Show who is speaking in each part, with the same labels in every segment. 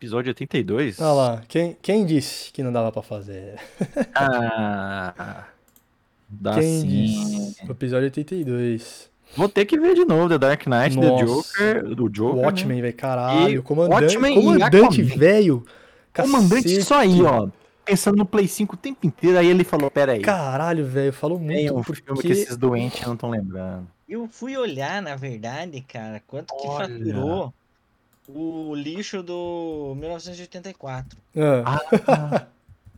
Speaker 1: Episódio 82?
Speaker 2: Olha lá, quem, quem disse que não dava pra fazer?
Speaker 1: Ah, dá
Speaker 2: quem
Speaker 1: sim.
Speaker 2: disse? Episódio 82.
Speaker 1: Vou ter que ver de novo The Dark Knight, The
Speaker 2: Nossa.
Speaker 1: Joker, do Joker. né?
Speaker 2: Watchmen, velho, caralho.
Speaker 1: E
Speaker 2: comandante,
Speaker 1: Watchmen e
Speaker 2: comandante
Speaker 1: Aquaman.
Speaker 2: velho.
Speaker 1: Comandante
Speaker 2: Cacete.
Speaker 1: só aí, ó. Pensando no Play 5 o tempo inteiro, aí ele falou, peraí,
Speaker 2: Caralho, velho, falou
Speaker 1: tem
Speaker 2: muito.
Speaker 1: um
Speaker 2: porque...
Speaker 1: filme que esses doentes não estão lembrando.
Speaker 3: Eu fui olhar, na verdade, cara, quanto que
Speaker 1: Olha.
Speaker 3: faturou o lixo do 1984.
Speaker 2: Ah,
Speaker 1: Ah,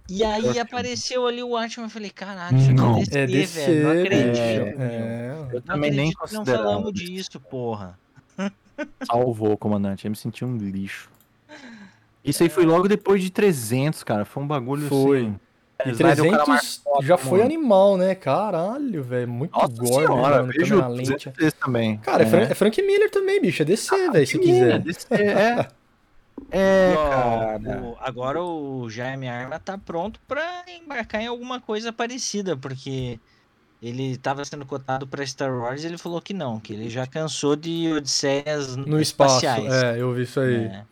Speaker 3: E aí
Speaker 1: Ótimo.
Speaker 3: apareceu ali o Watchman, eu falei, caralho, isso aqui
Speaker 1: Não.
Speaker 2: é
Speaker 3: é DC,
Speaker 2: DC,
Speaker 3: velho, não
Speaker 2: velho.
Speaker 3: acredito. meu.
Speaker 2: É,
Speaker 1: eu
Speaker 3: Não
Speaker 1: também nem
Speaker 3: acredito que não falamos
Speaker 1: considerava.
Speaker 3: disso, porra.
Speaker 1: Salvou, comandante. Eu me senti um lixo. Isso aí
Speaker 3: É.
Speaker 1: foi logo depois de 300, cara. Foi um bagulho
Speaker 2: Foi.
Speaker 1: assim.
Speaker 2: E
Speaker 1: Snyder, o cara
Speaker 2: 300
Speaker 1: marcou,
Speaker 2: já foi
Speaker 1: mano.
Speaker 2: animal, né? Caralho, velho. Muito
Speaker 1: Nossa
Speaker 2: gore, né,
Speaker 1: senhora,
Speaker 2: mano?
Speaker 1: vejo
Speaker 2: Câmera lenta.
Speaker 1: 200 vezes também.
Speaker 2: Cara, é, Fran-
Speaker 1: É.
Speaker 2: é Frank Miller também, bicho. É DC, velho, se
Speaker 1: Menina,
Speaker 2: quiser.
Speaker 1: desse- É, é, é,
Speaker 3: Ó,
Speaker 1: cara.
Speaker 3: o- agora o Jaime Arma tá pronto pra embarcar em alguma coisa parecida, porque ele tava sendo cotado pra Star Wars e ele falou que não, que ele já cansou de odisseias
Speaker 2: No espaço.
Speaker 3: espaciais.
Speaker 2: É, eu vi isso aí.
Speaker 3: né?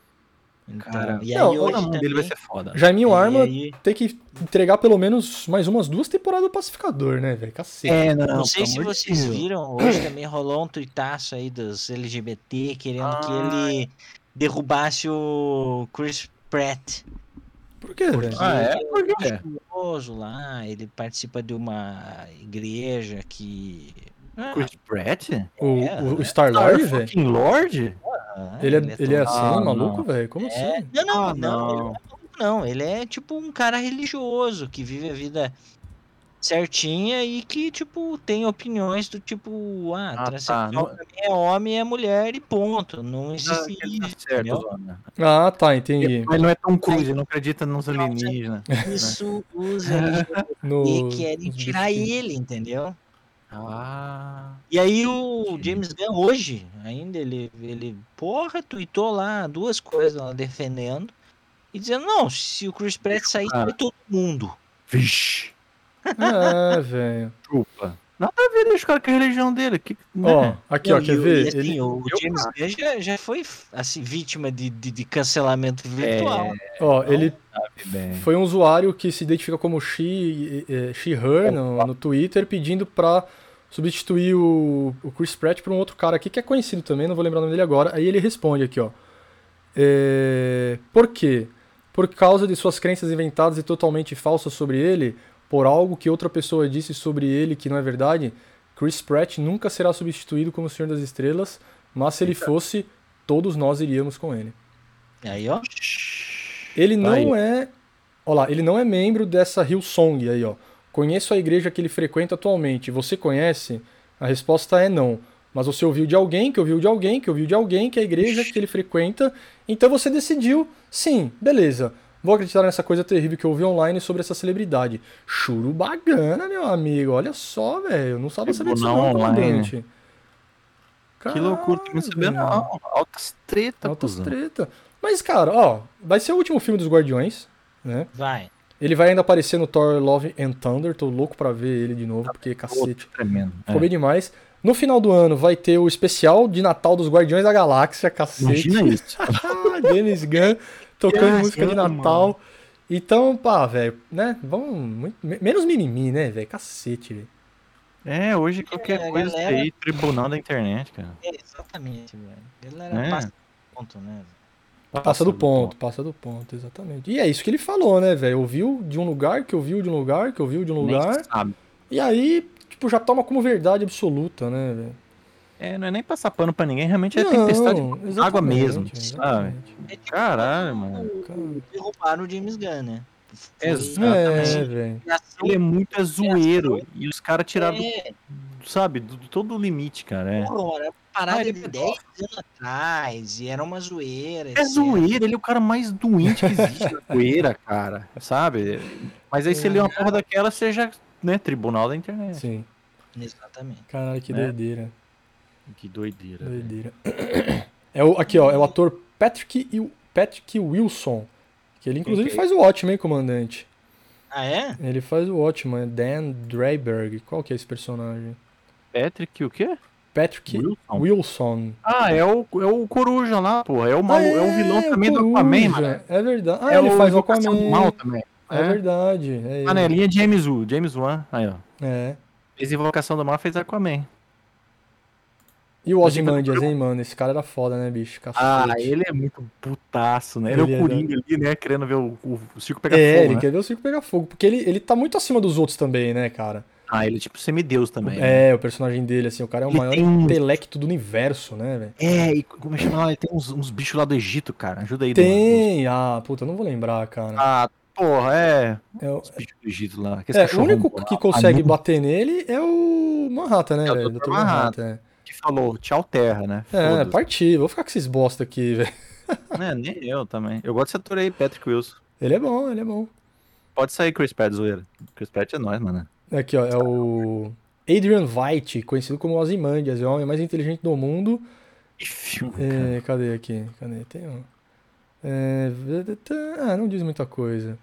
Speaker 3: Então,
Speaker 1: Cara,
Speaker 3: e aí
Speaker 2: Não,
Speaker 1: O
Speaker 3: hoje
Speaker 1: nome dele
Speaker 3: também-
Speaker 1: vai ser foda.
Speaker 2: Jaiminho
Speaker 3: e
Speaker 2: assim, Arma
Speaker 3: aí-
Speaker 2: tem que entregar pelo menos mais umas duas temporadas do Pacificador, né, velho? Cacete.
Speaker 1: É, não,
Speaker 3: Não sei
Speaker 1: pelo
Speaker 3: se
Speaker 1: amor de
Speaker 3: vocês
Speaker 1: Deus.
Speaker 3: viram, hoje também rolou um tuitaço aí dos LGBT querendo que ele derrubasse o Chris Pratt.
Speaker 2: Por quê, velho?
Speaker 1: Ah, é? Por quê?
Speaker 3: Ele é religioso lá, ele participa de uma igreja que. Ah,
Speaker 1: Chris Pratt?
Speaker 2: O,
Speaker 3: é,
Speaker 2: o, Star-Lord,
Speaker 1: Star
Speaker 2: velho?
Speaker 1: fucking Lord?
Speaker 2: Ele é, ele é
Speaker 3: todo-
Speaker 2: assim,
Speaker 1: Ah,
Speaker 2: maluco,
Speaker 1: não.
Speaker 2: velho? Como
Speaker 3: É,
Speaker 2: assim?
Speaker 3: Não, não,
Speaker 1: Ah,
Speaker 3: não, ele
Speaker 1: não.
Speaker 3: não é maluco, não. Ele é tipo um cara religioso que vive a vida certinha e que, tipo, tem opiniões do tipo, ah,
Speaker 1: Ah, tá.
Speaker 3: transexual
Speaker 1: Não,
Speaker 3: pra mim é homem, é mulher e ponto. Não
Speaker 1: não,
Speaker 3: existe
Speaker 1: ele tá
Speaker 3: isso,
Speaker 1: certo,
Speaker 3: entendeu?
Speaker 1: Zona.
Speaker 2: Ah, tá, entendi.
Speaker 1: Mas não é tão cool, ele não acredita nos alienígenas.
Speaker 3: Isso os LGBT
Speaker 2: No,
Speaker 3: querem
Speaker 2: nos
Speaker 3: tirar
Speaker 2: bichinhos.
Speaker 3: ele, entendeu?
Speaker 1: Ah.
Speaker 3: E aí o James Gunn hoje, ainda ele, ele porra, tweetou lá duas coisas lá defendendo e dizendo, não, se o Chris Pratt sair,
Speaker 1: Cara.
Speaker 3: sai todo mundo.
Speaker 1: Vixe.
Speaker 2: É, velho.
Speaker 1: Chupa. Nada a ver, deixa o cara com a religião dele. Que, né?
Speaker 2: Ó, aqui, ó,
Speaker 3: Não,
Speaker 2: quer
Speaker 3: e o- e
Speaker 2: ver?
Speaker 3: assim,
Speaker 2: Ele,
Speaker 3: O James Gunn já, já foi assim, vítima de, de, de cancelamento virtual.
Speaker 2: ó, ele
Speaker 1: sabe bem.
Speaker 2: foi um usuário que se identifica como she, eh, eh, she-her no, no Twitter pedindo pra substituir o, o Chris Pratt por um outro cara aqui que é conhecido também, não vou lembrar o nome dele agora. Aí ele responde aqui, ó. É, por quê? Por causa de suas crenças inventadas e totalmente falsas sobre ele, por algo que outra pessoa disse sobre ele que não é verdade, Chris Pratt nunca será substituído como Senhor das Estrelas, mas se ele fosse, todos nós iríamos com ele.
Speaker 3: Aí, ó.
Speaker 2: Ele
Speaker 1: Tá
Speaker 2: não
Speaker 1: aí.
Speaker 2: é. Olha lá, ele não é membro dessa Hillsong aí, ó. Conheço a igreja que ele frequenta atualmente. Você conhece? A resposta é não. Mas você ouviu de alguém, que ouviu de alguém, que ouviu de alguém, que é a igreja que ele frequenta. Então você decidiu, sim, beleza. Vou acreditar nessa coisa terrível que eu ouvi online sobre essa celebridade. Churubagana, meu amigo. Olha só, velho. Eu Não estava sabendo disso
Speaker 1: Tribunal
Speaker 2: não,
Speaker 1: online.
Speaker 2: comandante.
Speaker 1: Que loucura, que não sabia
Speaker 2: Caralho.
Speaker 1: não. Altas treta,
Speaker 2: Ah. Altas
Speaker 1: cuzão.
Speaker 2: Tá treta. Mas, cara, ó, vai ser o último filme dos Guardiões, né?
Speaker 3: Vai.
Speaker 2: Ele vai ainda aparecer no Thor Love and Thunder, tô louco pra ver ele de novo, porque cacete,
Speaker 1: Tremendo.
Speaker 2: ficou bem demais. No final do ano vai ter o especial de Natal dos Guardiões da Galáxia,
Speaker 1: É.
Speaker 2: cacete.
Speaker 1: Imagina isso.
Speaker 2: James Gunn tocando
Speaker 1: Yes,
Speaker 2: música de
Speaker 1: mano.
Speaker 2: Natal. Então, pá, velho, né? Vamos. muito- me- menos mimimi, né, velho? Cacete, velho.
Speaker 1: É, hoje qualquer
Speaker 3: É, a
Speaker 1: coisa
Speaker 3: galera-
Speaker 1: aí, tribunal da internet, cara.
Speaker 3: É, exatamente, velho. Galera
Speaker 1: É.
Speaker 3: passa ponto, né?
Speaker 2: Passa, do, ponto, passa do ponto, exatamente. E é isso que ele falou, né, velho? Ouviu de um lugar, que ouviu de um lugar, que ouviu de um lugar.
Speaker 1: Nem sabe.
Speaker 2: E aí, tipo, já toma como verdade absoluta, né, velho?
Speaker 1: É, não é nem passar pano pra ninguém, realmente é
Speaker 2: Não,
Speaker 1: tempestade
Speaker 2: exatamente,
Speaker 1: de água mesmo, sabe?
Speaker 2: exatamente.
Speaker 3: É tipo
Speaker 1: Caralho, mano.
Speaker 2: Cara.
Speaker 3: derrubaram o James Gunn, né? Foi
Speaker 1: Exatamente.
Speaker 2: É, velho.
Speaker 3: criação-
Speaker 1: Ele é muito zoeiro. E os caras tiraram,
Speaker 3: É,
Speaker 1: do- sabe, do, do todo o limite, cara. É,
Speaker 3: porra, era
Speaker 1: Ah,
Speaker 3: parada de
Speaker 1: ele
Speaker 3: 10 anos atrás, e era uma zoeira.
Speaker 1: é
Speaker 3: etc.
Speaker 1: zoeiro, ele é o cara mais doente que existe na zoeira, cara. Sabe? Mas aí você lê uma porra daquela, você já, né, tribunal da internet.
Speaker 2: Sim.
Speaker 3: Exatamente.
Speaker 2: Caralho, que
Speaker 1: Né?
Speaker 2: doideira.
Speaker 1: Que doideira. velho.
Speaker 2: Doideira. É o, aqui, ó, é o ator Patrick, Il- Patrick Wilson. Que ele, inclusive,
Speaker 1: que é
Speaker 2: faz o Watchman, hein, comandante.
Speaker 3: Ah, é?
Speaker 2: Ele faz o Watchman, Dan Dreiberg. Qual que é esse é personagem?
Speaker 1: Patrick, o quê?
Speaker 2: Patrick
Speaker 1: Wilson?
Speaker 2: Wilson.
Speaker 1: Ah, é o, é o Coruja lá, porra. É o, mal, é, o vilão também do Aquaman,
Speaker 2: Coruja.
Speaker 1: mano.
Speaker 2: É verdade. Ah,
Speaker 1: é
Speaker 2: ele
Speaker 1: o
Speaker 2: faz o
Speaker 1: Invocação
Speaker 2: Aquaman.
Speaker 1: do Mal também.
Speaker 2: É
Speaker 1: É.
Speaker 2: verdade. É ele.
Speaker 1: Panelinha James Wu, James Wan. Aí, ó.
Speaker 2: É.
Speaker 1: Fez Invocação do Mal, fez Aquaman.
Speaker 2: E o
Speaker 1: Eu achei que
Speaker 2: Ozymandias,
Speaker 1: era
Speaker 2: hein, mano? Esse cara era foda, né, bicho? Cacete.
Speaker 1: Ah, ele é muito putaço, né? Ele,
Speaker 2: Ele
Speaker 1: é
Speaker 2: é
Speaker 1: o Coringa ali, né? Querendo ver o, o, o circo pegar
Speaker 2: É,
Speaker 1: fogo,
Speaker 2: ele
Speaker 1: né?
Speaker 2: quer ver o circo pegar fogo. Porque ele, ele tá muito acima dos outros também, né, cara?
Speaker 1: Ah, ele é tipo semideus também. né?
Speaker 2: É, o personagem dele, assim, o cara é o
Speaker 1: Ele
Speaker 2: maior
Speaker 1: tem um-
Speaker 2: intelecto do universo, né, velho?
Speaker 1: É, e como é que chama lá? Tem uns, uns bichos lá do Egito, cara. Ajuda aí, Duan.
Speaker 2: Tem. Ah, puta, eu não vou lembrar, cara.
Speaker 1: Ah, porra, é.
Speaker 2: É, o-
Speaker 1: Os bichos do Egito lá. aqueles
Speaker 2: é, o
Speaker 1: cachorrão
Speaker 2: único
Speaker 1: lá.
Speaker 2: que consegue
Speaker 1: A Nubia
Speaker 2: bater nele é o Manhattan, né,
Speaker 1: Ah, É o
Speaker 2: velho?
Speaker 1: Dr.
Speaker 2: Dr.
Speaker 1: Manhattan.
Speaker 2: Manhattan.
Speaker 1: que falou, tchau terra, né?
Speaker 2: É, é
Speaker 1: Foda-se.
Speaker 2: parti, vou ficar com esses bosta aqui, velho.
Speaker 1: É, nem eu também. Eu gosto desse ator aí, Patrick Wilson.
Speaker 2: Ele é bom, ele é bom.
Speaker 1: Pode sair Chris Pratt, zoeira. Chris Pratt é nóis, mano.
Speaker 2: Aqui, ó, é o Adrian White, conhecido como Ozymandias, é o homem mais inteligente do mundo.
Speaker 1: Que filme, cara.
Speaker 2: É, cadê aqui? Cadê? Tem um. É, ah, não diz muita coisa.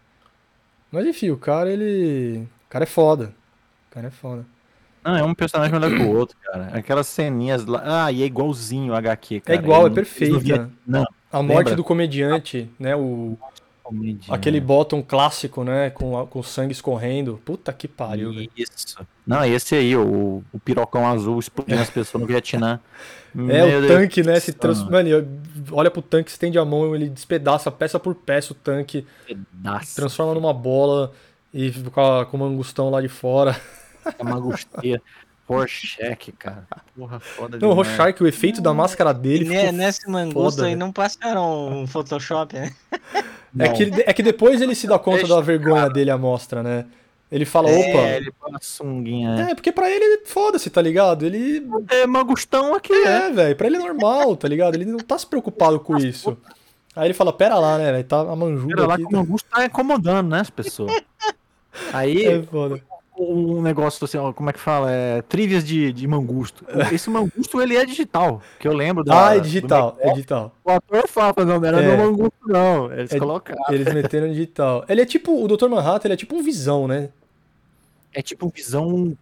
Speaker 2: Mas enfim, o cara, ele. O cara é foda. O cara é foda.
Speaker 1: Não, é um personagem melhor que o outro, cara. Aquelas ceninhas lá. Ah, e é igualzinho o HQ,
Speaker 2: É
Speaker 1: cara.
Speaker 2: igual, é
Speaker 1: Eles não-
Speaker 2: perfeito.
Speaker 1: eles não
Speaker 2: né?
Speaker 1: Não,
Speaker 2: A morte
Speaker 1: lembra?
Speaker 2: do comediante, né? O,
Speaker 1: comédia. né?
Speaker 2: aquele bottom clássico, né? Com, a- com o sangue escorrendo. Puta que pariu, velho.
Speaker 1: Isso. Não, esse aí, o, o pirocão azul explodindo as pessoas no Vietnã.
Speaker 2: É, o tanque, né? Se trans...
Speaker 1: transforma.
Speaker 2: Mano, ele olha pro tanque, estende a mão, ele despedaça peça por peça o tanque, transforma numa bola e fica com, a- com uma angustão lá de fora.
Speaker 1: É uma gosteira. Rorschach, cara. Porra, foda
Speaker 2: Não, o
Speaker 1: demais.
Speaker 2: Rorschach, o efeito da máscara dele
Speaker 3: né,
Speaker 2: ficou... né?
Speaker 3: nesse mangosto aí
Speaker 2: velho.
Speaker 3: não passaram um Photoshop, né?
Speaker 2: é, que, ele- é que depois ele se dá conta da
Speaker 1: Deixa,
Speaker 2: vergonha dele à mostra, né? Ele fala,
Speaker 1: É,
Speaker 2: opa...
Speaker 1: ele põe uma sunguinha.
Speaker 2: É, porque pra ele, foda-se, tá ligado? Ele...
Speaker 1: É, é Magustão aqui, é.
Speaker 2: É, velho, pra ele é normal, tá ligado? Ele não tá se preocupado com isso. Aí ele fala, pera lá, né, velho, tá a manjuba
Speaker 1: Pera lá
Speaker 2: aqui...
Speaker 1: que o Mangusto tá incomodando, né, as pessoas. Aí,
Speaker 2: É foda.
Speaker 1: um negócio assim, ó, como é que fala? É, trivias de, de Mangusto. Esse Mangusto, ele é digital, que eu lembro. da-
Speaker 2: Ah, é
Speaker 1: do
Speaker 2: digital,
Speaker 1: Mac-
Speaker 2: é digital.
Speaker 1: O ator fala, não, não era
Speaker 2: É.
Speaker 1: meu Mangusto, não. Eles
Speaker 2: É-
Speaker 1: colocaram.
Speaker 2: Eles meteram no digital. Ele é tipo, o Dr. Manhattan, ele é tipo um visão, né?
Speaker 1: É tipo visão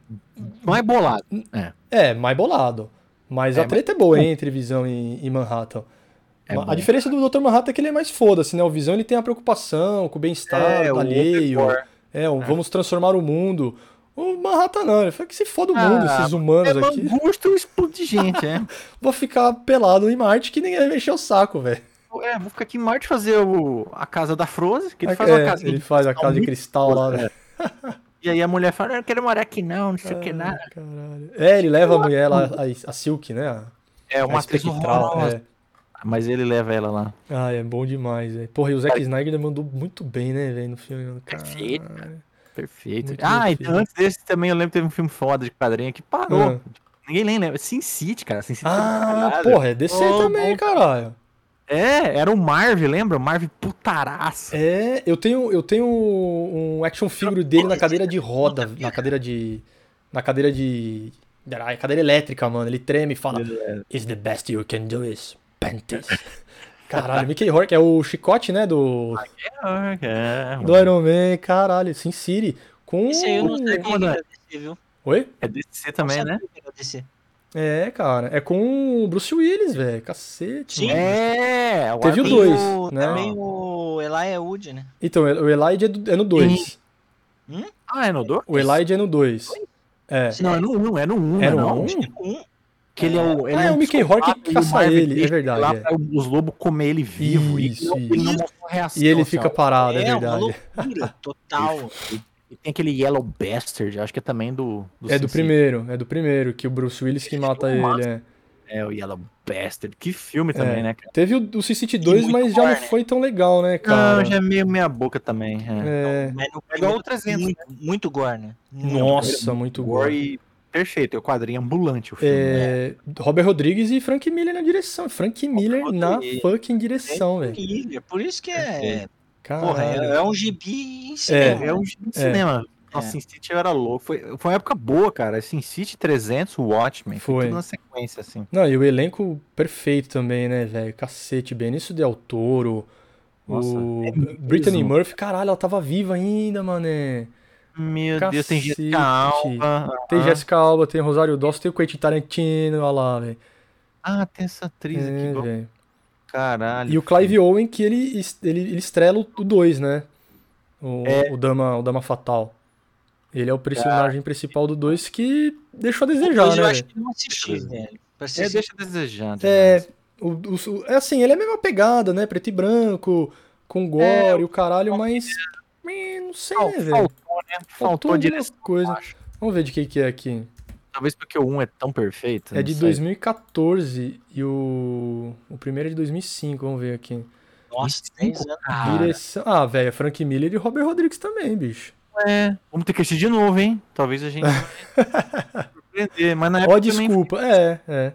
Speaker 1: mais bolada. É.
Speaker 2: É, mais bolado. Mas
Speaker 1: É,
Speaker 2: a treta é boa hein, entre visão e, e Manhattan.
Speaker 1: É
Speaker 2: Ma-
Speaker 1: bom.
Speaker 2: a diferença do Dr. Manhattan é que ele é mais foda-se, né? O visão ele tem a preocupação com o bem-estar,
Speaker 1: É,
Speaker 2: do
Speaker 1: o
Speaker 2: alheio.
Speaker 1: outdoor.
Speaker 2: É, o vamos transformar o mundo. O Manhattan não, ele fala que se foda o mundo,
Speaker 1: Ah,
Speaker 2: esses humanos
Speaker 1: É
Speaker 2: aqui.
Speaker 1: Mangusto explode gente, é.
Speaker 2: Vou ficar pelado em Marte que ninguém vai mexer o saco, velho.
Speaker 1: É, vou ficar aqui em Marte fazer o, a casa da Frozen, que ele faz
Speaker 2: É,
Speaker 1: uma casa.
Speaker 2: ele faz a casa de cristal lá,
Speaker 1: foda,
Speaker 2: velho.
Speaker 1: E aí a mulher fala, "Eu não quero morar aqui não, não sei o
Speaker 2: Ah,
Speaker 1: que nada.
Speaker 2: Caralho. É, ele leva a mulher lá, a, a Silk, né? A,
Speaker 1: É
Speaker 2: a
Speaker 1: uma atriz
Speaker 2: espectral.
Speaker 1: horrorosa.
Speaker 2: é.
Speaker 1: Mas ele leva ela lá.
Speaker 2: Ah, é bom demais, velho. Porra, e o Zack Snyder mandou muito bem, né, velho, no filme. mano.
Speaker 1: É Perfeito,
Speaker 2: Caralho.
Speaker 1: Perfeito.
Speaker 2: Muito
Speaker 1: ah,
Speaker 2: perfeito.
Speaker 1: e antes desse também eu lembro que teve um filme foda de quadrinho que parou.
Speaker 2: Ah.
Speaker 1: Ninguém nem lembra. Sin City, cara. Sin City foi do
Speaker 2: Ah,
Speaker 1: caralho.
Speaker 2: porra, é DC
Speaker 1: Bom,
Speaker 2: também,
Speaker 1: bom.
Speaker 2: caralho.
Speaker 1: É, era o Marvel, lembra? O Marvel putaraço.
Speaker 2: É, eu tenho, eu tenho um action figure dele na cadeira de roda, na cadeira de. Na cadeira de. Caralho, cadeira elétrica, mano. Ele treme e fala: Is the best you can do is panties. Caralho, Mickey Rourke é o chicote, né, do,
Speaker 1: É,
Speaker 2: do Iron Man, caralho, Sin City. Com.
Speaker 3: Isso aí eu não sabia é que
Speaker 1: Mano.
Speaker 3: era DC, viu?
Speaker 2: Oi?
Speaker 1: é DC
Speaker 3: Não
Speaker 1: também,
Speaker 3: sabia
Speaker 1: né?
Speaker 3: que era DC.
Speaker 2: É, cara. É com o Bruce Willis, velho. Cacete.
Speaker 3: Sim.
Speaker 2: mano.
Speaker 1: É,
Speaker 2: Teve
Speaker 1: Arthur-
Speaker 2: o
Speaker 3: Tem
Speaker 2: dois,
Speaker 3: o-
Speaker 2: né?
Speaker 3: Também o Eli Wood, né?
Speaker 2: Então, o Elijah é, do- é no 2.
Speaker 1: Ah, é no 2?
Speaker 2: O Elijah é no dois. É.
Speaker 1: Não, é no 1, um, é no 1, um,
Speaker 2: É
Speaker 1: não
Speaker 2: no
Speaker 1: não?
Speaker 2: um?
Speaker 3: Um,
Speaker 1: Que ele é o. Ele
Speaker 2: Ah, é o
Speaker 1: um
Speaker 2: Mickey Rourke
Speaker 1: psicopata
Speaker 2: que
Speaker 1: e o
Speaker 2: caça
Speaker 1: Marvel
Speaker 2: ele, é
Speaker 1: deixa
Speaker 2: verdade,
Speaker 1: Lá
Speaker 2: é.
Speaker 1: pra os lobos comer ele vivo.
Speaker 2: Isso,
Speaker 1: e ele, não- ele não
Speaker 3: isso.
Speaker 1: mostra reação.
Speaker 2: E ele
Speaker 1: assim,
Speaker 2: fica
Speaker 1: ó.
Speaker 2: parado, é,
Speaker 3: é uma
Speaker 2: verdade.
Speaker 3: loucura total.
Speaker 1: E tem aquele Yellow Bastard, acho que é também do.
Speaker 2: É do
Speaker 1: Sin City.
Speaker 2: primeiro, é do primeiro, que o Bruce Willis que mata
Speaker 1: Ele é um
Speaker 2: ele. é.
Speaker 1: É, o Yellow Bastard. Que filme também, né, cara?
Speaker 2: Teve o, o Sin City 2,
Speaker 3: muito
Speaker 2: mas já
Speaker 3: gore,
Speaker 2: não
Speaker 3: né?
Speaker 2: foi tão legal, né,
Speaker 1: Não,
Speaker 2: cara?
Speaker 1: já é meio meia boca também. É.
Speaker 2: É.
Speaker 3: Mas no
Speaker 1: É igual
Speaker 3: primeiro,
Speaker 1: o 300,
Speaker 3: muito, muito gore, né?
Speaker 2: Nossa, muito gore.
Speaker 1: Gore perfeito, é o quadrinho ambulante o filme. né?
Speaker 2: É, Robert Rodrigues e Frank Miller na direção. Frank Miller na
Speaker 1: Rodrigues.
Speaker 2: fucking direção, velho.
Speaker 3: Incrível, É Por isso que é. Porra,
Speaker 2: Caralho.
Speaker 3: é, é um gibi em si.
Speaker 1: Ah,
Speaker 3: né?
Speaker 1: É,
Speaker 2: É.
Speaker 1: é um filme de cinema. Nossa, Sin City eu era louco. Foi, foi uma época boa, cara. Sin City 300, Watchmen. Foi,
Speaker 2: Foi.
Speaker 1: tudo na sequência, assim.
Speaker 2: Não, e o elenco perfeito também, né, velho? Cacete, Benício Del Toro,
Speaker 1: Nossa,
Speaker 2: o
Speaker 1: é
Speaker 2: Brittany
Speaker 1: mesmo.
Speaker 2: Murphy, caralho, ela tava viva ainda, mané.
Speaker 1: Meu Deus, tem
Speaker 2: Cacete.
Speaker 1: Jessica Alba.
Speaker 2: Tem
Speaker 1: ah,
Speaker 2: Jessica Alba, tem Rosário Dawson, tem o Quentin Tarantino, olha lá, velho.
Speaker 1: Ah, tem essa atriz aqui.
Speaker 2: É,
Speaker 1: igual-
Speaker 2: velho.
Speaker 1: Caralho.
Speaker 2: E o Clive Owen, que ele, es- ele, ele estrela o 2, né? O,
Speaker 1: É.
Speaker 2: o, Dama, o Dama Fatal. Ele é o personagem principal do 2 que deixou a desejar,
Speaker 3: Mas
Speaker 2: né?
Speaker 3: eu acho
Speaker 2: velho?
Speaker 3: que eu não assisti, velho. Pra ser
Speaker 1: É,
Speaker 3: sincero.
Speaker 1: deixa desejando.
Speaker 2: É, o, o- o- é assim, ele é a mesma pegada, né? Preto e branco, com gore, o caralho, mas. eh, Não sei,
Speaker 1: É,
Speaker 2: né,
Speaker 1: faltou,
Speaker 2: velho?
Speaker 1: né?
Speaker 2: Faltou
Speaker 1: Faltou
Speaker 2: alguma
Speaker 1: direção. eu
Speaker 2: coisa.
Speaker 1: acho.
Speaker 2: Vamos ver de quem que é aqui.
Speaker 1: Talvez porque o 1 é tão perfeito.
Speaker 2: É de 2014 e o. O primeiro é de 2005, vamos ver aqui.
Speaker 3: Nossa, 10 anos.
Speaker 1: um, anos.
Speaker 2: Direção. Ah, velho, é Frank Miller e Robert Rodrigues também, bicho.
Speaker 1: É. Vamos ter que assistir de novo, hein? Talvez a gente vai surpreender. Mas na
Speaker 2: Ó,
Speaker 1: época também
Speaker 2: desculpa. É, é.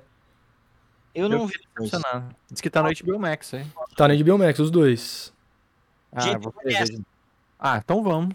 Speaker 3: Eu
Speaker 1: Eu
Speaker 3: não vi.
Speaker 1: fiquei decepcionado. Diz que tá no HBO Max, hein?
Speaker 2: Tá na HBO Max, os dois.
Speaker 1: Ah,
Speaker 3: Gente,
Speaker 1: vou
Speaker 3: começa.
Speaker 1: ver. Ah, então vamos.